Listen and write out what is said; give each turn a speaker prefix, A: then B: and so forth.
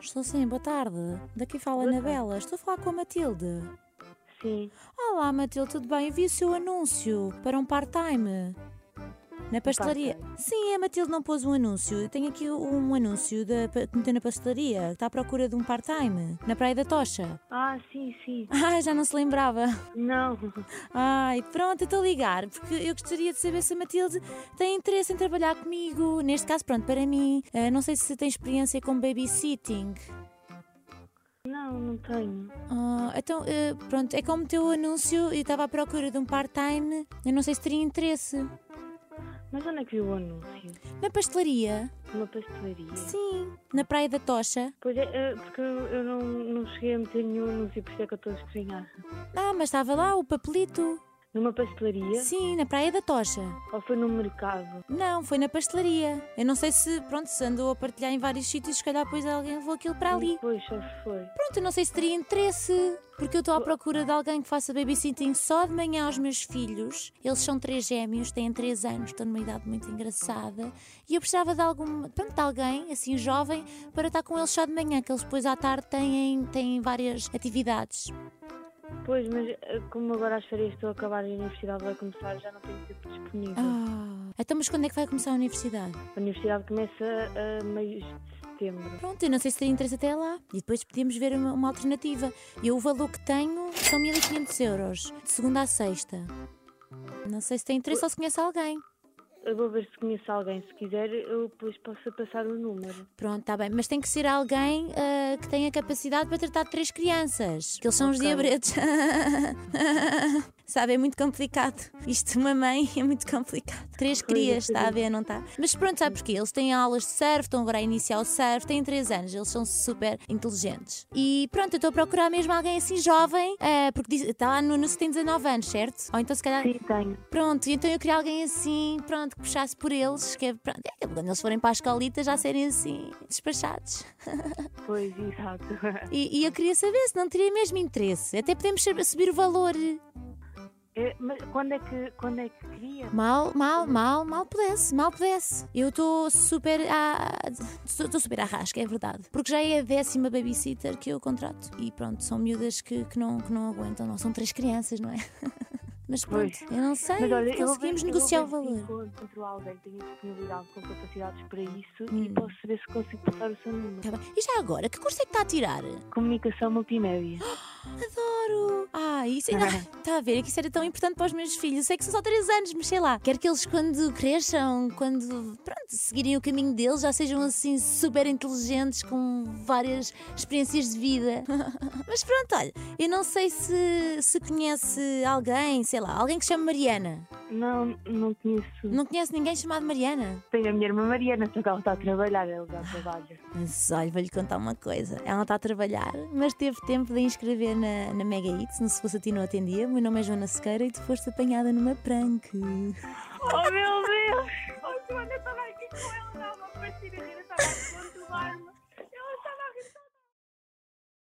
A: Estou sim, boa tarde. Daqui fala
B: Boa
A: Ana Bela. Estou a falar com a Matilde.
B: Sim.
A: Olá, Matilde, tudo bem? Eu vi o seu anúncio para um part-time. Na pastelaria. Sim, a Matilde não pôs um anúncio. Eu tenho aqui um anúncio da, que meteu na pastelaria. que Está à procura de um part-time. Na Praia da Tocha.
B: Ah, sim, sim.
A: Ah, já não se lembrava.
B: Não.
A: Ai, pronto, eu estou a ligar, porque eu gostaria de saber se a Matilde tem interesse em trabalhar comigo. Neste caso, pronto, para mim. Ah, não sei se tem experiência com babysitting.
B: Não, não tenho.
A: Ah, então, eh, pronto, é como o teu anúncio e estava à procura de um part-time. Eu não sei se teria interesse.
B: Mas onde é que viu o anúncio?
A: Na pastelaria?
B: Uma pastelaria?
A: Sim. Na Praia da Tocha?
B: Pois é, é, porque eu eu não, não cheguei a meter nenhum anúncio, por isso é que eu estou a estranhar.
A: Ah, mas estava lá o papelito.
B: Numa pastelaria?
A: Sim, na Praia da Tocha.
B: Ou foi num mercado?
A: Não, foi na pastelaria. Eu não sei se, pronto, se andou a partilhar em vários sítios, se calhar depois alguém levou aquilo para Tá ali.
B: Pois, só se foi.
A: Pronto, eu não sei se teria interesse, porque eu estou à procura de alguém que faça babysitting só de manhã aos meus filhos. Eles são três gêmeos, têm três anos, estão numa idade muito engraçada. E eu precisava de algum, pronto, de alguém, assim, jovem, para estar com eles só de manhã, que eles depois à tarde têm, têm várias atividades.
B: Pois, mas é, como agora as férias estou a acabar e a universidade vai começar, já não tenho tempo disponível.
A: Ah, então, mas quando é que vai começar a universidade?
B: A universidade começa a meios de setembro.
A: Pronto, eu não sei se teria interesse até lá. E depois podíamos ver uma, uma alternativa. Eu o valor que tenho são 1500 euros, de segunda a sexta. Não sei se tem interesse ou se conhece alguém.
B: Eu vou ver se conheço alguém. Se quiser, eu depois posso passar o número.
A: Pronto, está bem, mas tem que ser alguém ah, que tenha capacidade para tratar de três crianças, que eles são os
B: Ok.
A: diabretes. Sabe, é muito complicado. Isto, uma mãe, é muito complicado. Três
B: Pois, é.
A: crias, está a
B: acredito.
A: ver, não está? Mas pronto, sabe porquê? Eles têm aulas de surf, estão agora a iniciar o surf, têm três anos, eles são super inteligentes. E pronto, eu estou a procurar mesmo alguém assim jovem, ah, porque diz- está lá no anúncio que tem 19 anos, certo? Ou então se calhar
B: Sim, tenho.
A: Pronto, então eu queria alguém assim, pronto, que puxasse por eles, que é, pronto, é, quando eles forem para a escolita já serem assim, despachados.
B: Pois, exato.
A: E, e eu queria saber se não teria mesmo interesse. Até podemos sab- subir o valor.
B: É, mas quando é que, quando é que queria?
A: Mal, mal, mal, mal pudesse, mal pudesse. Eu estou super a. Estou super à rasca, é verdade. Porque já é a décima babysitter que eu contrato. E pronto, são miúdas que, que, não, que não aguentam, não são três crianças, não é? Mas pronto,
B: Pois.
A: eu não sei,
B: Mas olha, eu vou ver-
A: conseguimos
B: eu vou
A: negociar o
B: ver se
A: valor.
B: Encontro alguém que tenha disponibilidade com capacidades para isso
A: Hum.
B: e posso ver se consigo passar o seu número.
A: Tá bem. E já agora, que curso é que está a tirar?
B: Comunicação multimédia.
A: Adoro! Ah, isso ainda. Está a ver, é que isso era tão importante para os meus filhos. Eu sei que são só 3 anos, mas sei lá. Quero que eles, quando cresçam, quando pronto, seguirem o caminho deles, já sejam assim super inteligentes, com várias experiências de vida. mas pronto, olha, eu não sei se, se conhece alguém, sei lá, alguém que se chama Mariana.
B: Não, não conheço.
A: Não conhece ninguém chamado Mariana?
B: Tenho a minha irmã Mariana, só que ela está a trabalhar, ela já trabalha.
A: Mas olha, vou-lhe contar uma coisa. Ela está a trabalhar, mas teve tempo de inscrever na, na Mega Hits. Não se fosse a ti, não atendia. O meu nome é Joana Sequeira e tu foste apanhada numa prank.
B: Oh meu Deus! Oh Joana, estava aqui com ela, estava a partir a rir, estava a controlar-me.